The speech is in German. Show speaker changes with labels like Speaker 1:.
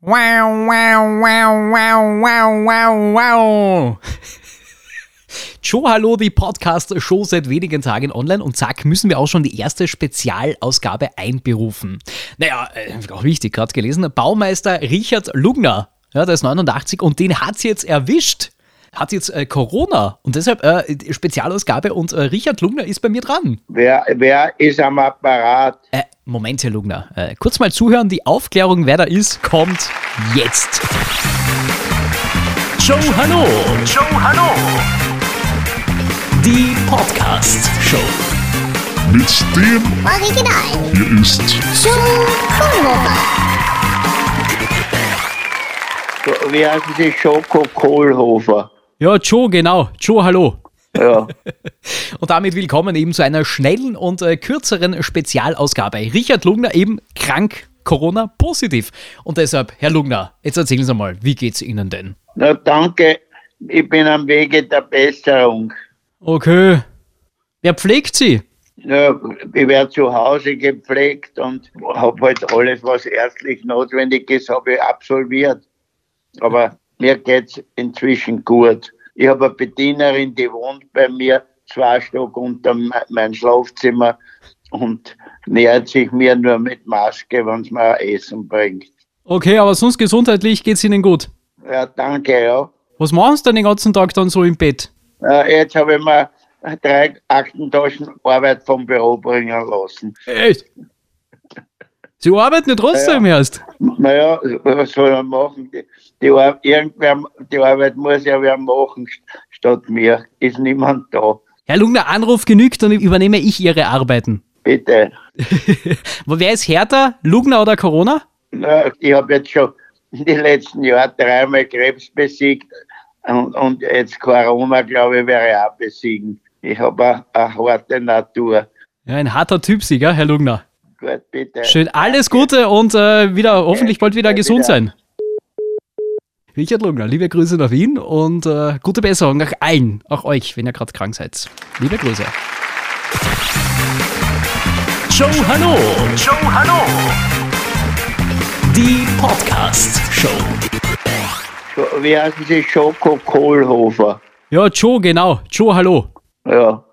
Speaker 1: Wow, wow, wow, wow, wow, wow, wow.
Speaker 2: Joe Hallo, die Podcast-Show seit wenigen Tagen online und zack, müssen wir auch schon die erste Spezialausgabe einberufen. Naja, äh, auch wichtig, gerade gelesen, Baumeister Richard Lugner, ja, der ist 89 und den hat's jetzt erwischt. Hat jetzt äh, Corona und deshalb äh, Spezialausgabe und äh, Richard Lugner ist bei mir dran.
Speaker 3: Wer, wer ist am Apparat?
Speaker 2: Äh, Moment, Herr Lugner, äh, kurz mal zuhören, die Aufklärung, wer da ist, kommt jetzt. Joe Hallo,
Speaker 4: Show Hallo!
Speaker 2: die Podcast-Show.
Speaker 5: Mit dem
Speaker 6: Original.
Speaker 5: hier ist
Speaker 6: Schon Kohlhofer.
Speaker 3: Wie heißen Sie? Schoko Kohlhofer.
Speaker 2: Ja, Joe, genau. Joe Hallo.
Speaker 3: Ja.
Speaker 2: Und damit willkommen eben zu einer schnellen und äh, kürzeren Spezialausgabe. Richard Lugner eben krank, Corona positiv. Und deshalb, Herr Lugner, jetzt erzählen Sie mal, wie geht's Ihnen denn?
Speaker 3: Na, danke. Ich bin am Wege der Besserung.
Speaker 2: Okay. Wer pflegt Sie?
Speaker 3: Ja, ich werde zu Hause gepflegt und habe halt alles, was ärztlich notwendig ist, habe ich absolviert. Aber mir geht's inzwischen gut. Ich habe eine Bedienerin, die wohnt bei mir zwei Stock unter me- mein Schlafzimmer und nähert sich mir nur mit Maske, wenn es mir Essen bringt.
Speaker 2: Okay, aber sonst gesundheitlich geht's Ihnen gut.
Speaker 3: Ja, danke, ja.
Speaker 2: Was machen Sie denn den ganzen Tag dann so im Bett?
Speaker 3: Äh, Jetzt habe ich mir drei Aktentaschen Arbeit vom Büro bringen lassen.
Speaker 2: Echt? Sie arbeiten ja trotzdem erst.
Speaker 3: Naja, was soll man machen? Die, die, Ar irgendwer, die Arbeit muss ja wer machen st statt mir. Ist niemand da.
Speaker 2: Herr Lugner, Anruf genügt, dann übernehme ich Ihre Arbeiten.
Speaker 3: Bitte.
Speaker 2: Wo- Wer ist härter, Lugner oder Corona?
Speaker 3: Na, ich habe jetzt schon die letzten Jahre dreimal Krebs besiegt und, und jetzt Corona, glaube ich, werde ich auch besiegen. Ich habe eine harte Natur.
Speaker 2: Ja, ein harter Typ, Sie, gell, Herr Lugner?
Speaker 3: Gut, bitte.
Speaker 2: Schön, alles Gute und äh, wieder hoffentlich bald wieder gesund sein. Richard Lugner, liebe Grüße nach Wien und äh, gute Besserung nach allen, auch euch, wenn ihr gerade krank seid. Liebe Grüße. Joe Hallo,
Speaker 4: Show Hallo!
Speaker 2: die Podcast-Show.
Speaker 3: Scho- Wie heißen Sie? Schoko Kohlhofer.
Speaker 2: Ja, Joe, genau. Joe Hallo.
Speaker 3: Ja.